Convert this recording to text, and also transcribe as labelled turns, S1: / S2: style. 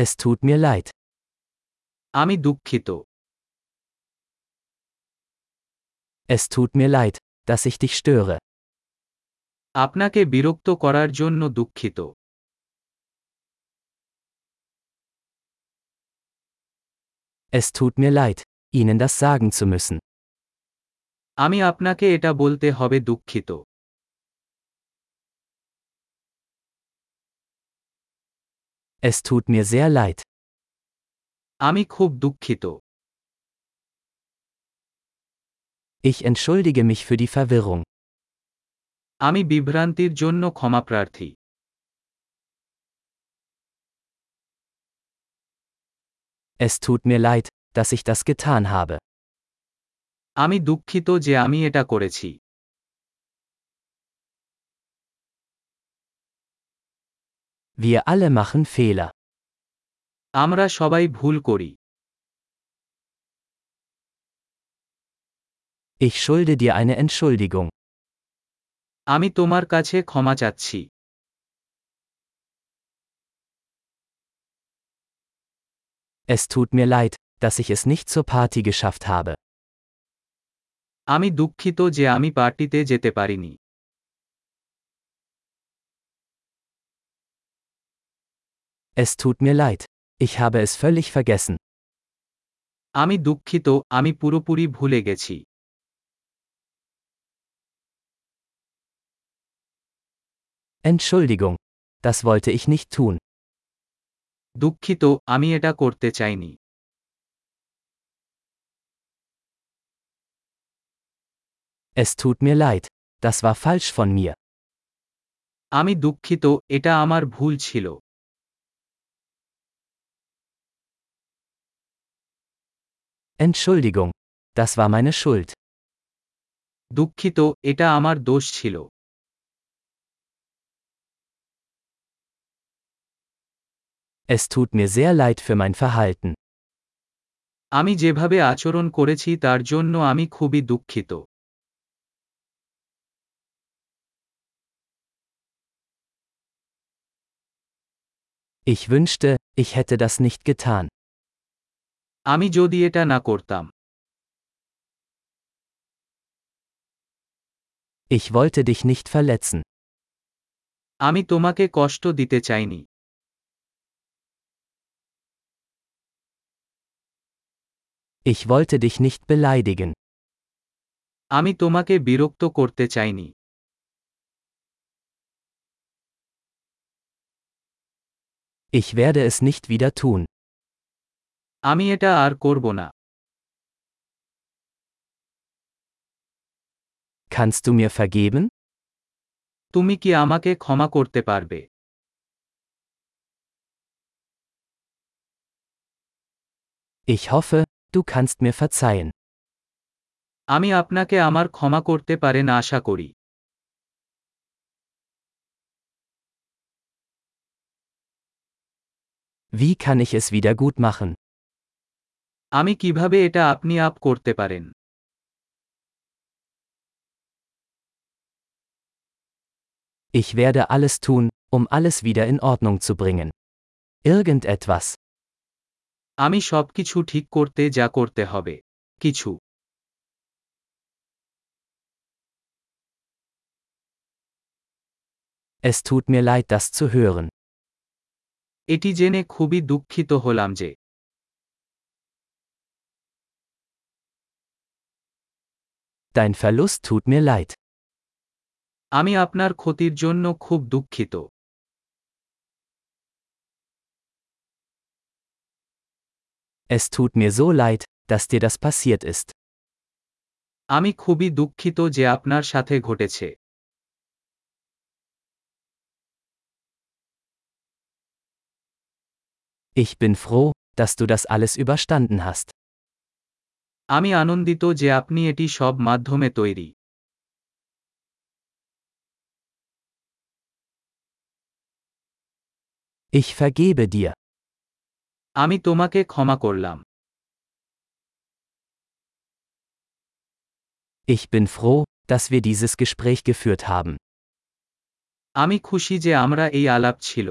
S1: Es tut mir leid.
S2: আমি দুঃখিত
S1: Es tut mir leid, dass ich dich störe.
S2: আপনাকে বিরক্ত করার জন্য দুঃখিত
S1: Es tut mir leid, Ihnen das sagen zu müssen.
S2: আমি আপনাকে এটা বলতে হবে দুঃখিত
S1: Es tut mir sehr leid.
S2: আমি খুব দুঃখিত
S1: Ich entschuldige mich für die Verwirrung.
S2: আমি বিভ্রান্তির জন্য ক্ষমাপ্রার্থী
S1: Es tut mir leid, dass ich das getan habe.
S2: আমি দুঃখিত যে আমি এটা করেছি
S1: Wir alle machen Fehler.
S2: আমরা সবাই ভুল করি
S1: Ich schulde dir eine Entschuldigung.
S2: আমি তোমার কাছে ক্ষমা চাচ্ছি
S1: Es tut mir leid, dass ich es nicht zur Party geschafft habe.
S2: আমি দুঃখিত যে আমি পার্টিতে যেতে পারিনি
S1: Es tut mir leid. Ich habe es völlig vergessen.
S2: আমি দুঃখিত আমি পুরোপুরি ভুলে গেছি
S1: Entschuldigung. Das wollte ich nicht tun.
S2: দুঃখিত আমি এটা করতে চাইনি
S1: Es tut mir leid. Das war falsch von mir.
S2: আমি দুঃখিত এটা আমার ভুল ছিল
S1: Entschuldigung. Das war meine Schuld.
S2: দুঃখিত এটা আমার দোষ ছিল
S1: Es tut mir sehr leid für mein Verhalten.
S2: আমি যেভাবে আচরণ করেছি তার জন্য আমি খুবই দুঃখিত
S1: Ich wünschte, ich hätte das nicht getan.
S2: আমি যদি এটা না করতাম
S1: Ich wollte dich nicht verletzen.
S2: আমি তোমাকে কষ্ট দিতে চাইনি
S1: Ich wollte dich nicht beleidigen.
S2: আমি তোমাকে বিরক্ত করতে চাইনি
S1: Ich werde es nicht wieder tun.
S2: আমি এটা আর করব না
S1: Kannst du mir vergeben?
S2: তুমি কি আমাকে ক্ষমা করতে পারবে
S1: Ich hoffe, du kannst mir verzeihen.
S2: আমি আপনাকে আমার ক্ষমা করতে পারেন আশা করি
S1: Wie kann ich es wieder gut machen?
S2: আমি কিভাবে এটা আপনি আপ করতে পারেন
S1: Ich werde alles tun, um alles wieder in Ordnung zu bringen. Irgendetwas.
S2: আমি সবকিছু ঠিক করতে যা করতে হবে কিছু
S1: Es tut mir leid, das zu hören.
S2: এটি জেনে খুবই দুঃখিত হলাম যে
S1: Dein Verlust tut mir leid.
S2: আমি আপনার ক্ষতির জন্য খুব দুঃখিত
S1: Es tut mir so leid, dass dir das passiert ist.
S2: আমি খুবই দুঃখিত যে আপনার সাথে ঘটেছে
S1: Ich bin froh, dass du das alles überstanden hast.
S2: আমি আনন্দিত যে আপনি এটি সব মাধ্যমে তৈরি
S1: Ich vergebe dir.
S2: আমি তোমাকে ক্ষমা করলাম
S1: Ich bin froh, dass wir dieses Gespräch geführt haben.
S2: আমি খুশি যে আমরা এই আলাপ ছিল